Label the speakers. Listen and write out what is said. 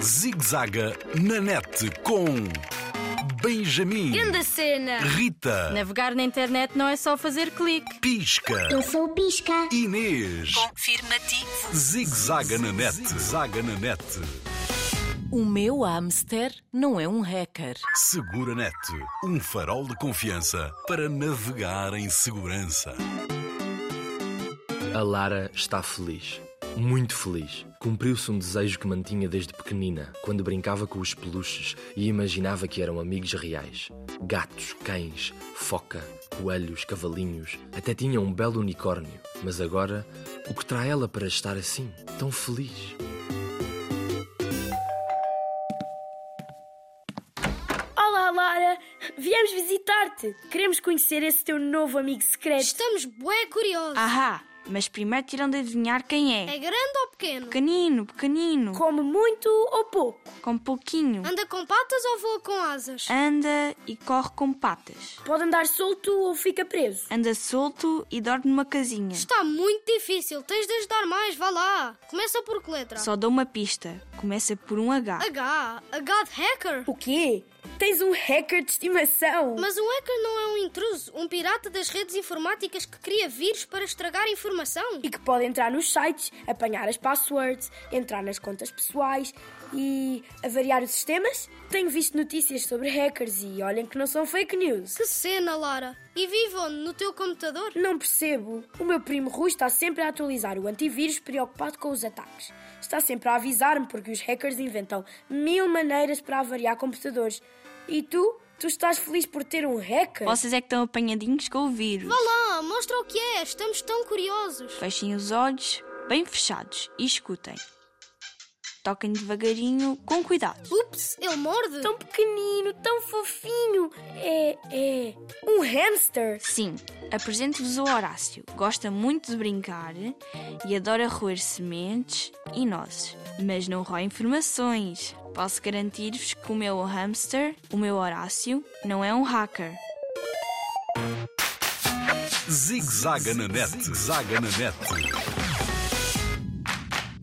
Speaker 1: Zigzaga na net com Benjamin,
Speaker 2: Grande cena!
Speaker 1: Rita,
Speaker 2: Navegar na internet não é só fazer clique.
Speaker 1: Pisca,
Speaker 3: Eu sou o Pisca.
Speaker 1: Inês.
Speaker 4: Confirmativo.
Speaker 1: Zigzaga na net, zaga na net.
Speaker 5: O meu hamster não é um hacker.
Speaker 1: Segura net, um farol de confiança para navegar em segurança.
Speaker 6: A Lara está feliz. Muito feliz. Cumpriu-se um desejo que mantinha desde pequenina, quando brincava com os peluches e imaginava que eram amigos reais. Gatos, cães, foca, coelhos, cavalinhos, até tinha um belo unicórnio. Mas agora, o que trai ela para estar assim, tão feliz?
Speaker 7: Olá, Lara! Viemos visitar-te! Queremos conhecer esse teu novo amigo secreto.
Speaker 8: Estamos bué curiosos.
Speaker 9: Ahá, mas primeiro tiram de adivinhar quem é.
Speaker 8: É grande ou pequeno?
Speaker 9: Pequenino, pequenino,
Speaker 7: Come muito ou pouco?
Speaker 9: com pouquinho.
Speaker 8: Anda com patas ou voa com asas?
Speaker 9: Anda e corre com patas.
Speaker 7: Pode andar solto ou fica preso?
Speaker 9: Anda solto e dorme numa casinha.
Speaker 8: Está muito difícil. Tens de ajudar mais. Vá lá. Começa por que letra?
Speaker 9: Só dou uma pista. Começa por um H.
Speaker 8: H. H de hacker.
Speaker 7: O quê? Tens um hacker de estimação!
Speaker 8: Mas um hacker não é um intruso, um pirata das redes informáticas que cria vírus para estragar a informação.
Speaker 7: E que pode entrar nos sites, apanhar as passwords, entrar nas contas pessoais e avariar os sistemas? Tenho visto notícias sobre hackers e olhem que não são fake news.
Speaker 8: Que cena, Lara. E vive onde? No teu computador?
Speaker 7: Não percebo. O meu primo Rui está sempre a atualizar o antivírus preocupado com os ataques. Está sempre a avisar-me porque os hackers inventam mil maneiras para avariar computadores. E tu? Tu estás feliz por ter um hacker?
Speaker 9: Vocês é que estão apanhadinhos com o vírus.
Speaker 8: Vá lá, mostra o que é. Estamos tão curiosos.
Speaker 9: Fechem os olhos, bem fechados, e escutem. Toquem devagarinho, com cuidado.
Speaker 8: Ups, ele morde.
Speaker 7: Tão pequenino, tão fofinho. É, é. Um hamster.
Speaker 9: Sim, apresento-vos o Horácio. Gosta muito de brincar e adora roer sementes e nozes, mas não rói informações. Posso garantir-vos que o meu hamster, o meu Horácio, não é um hacker.
Speaker 1: Zigzaga na net, zaga na net.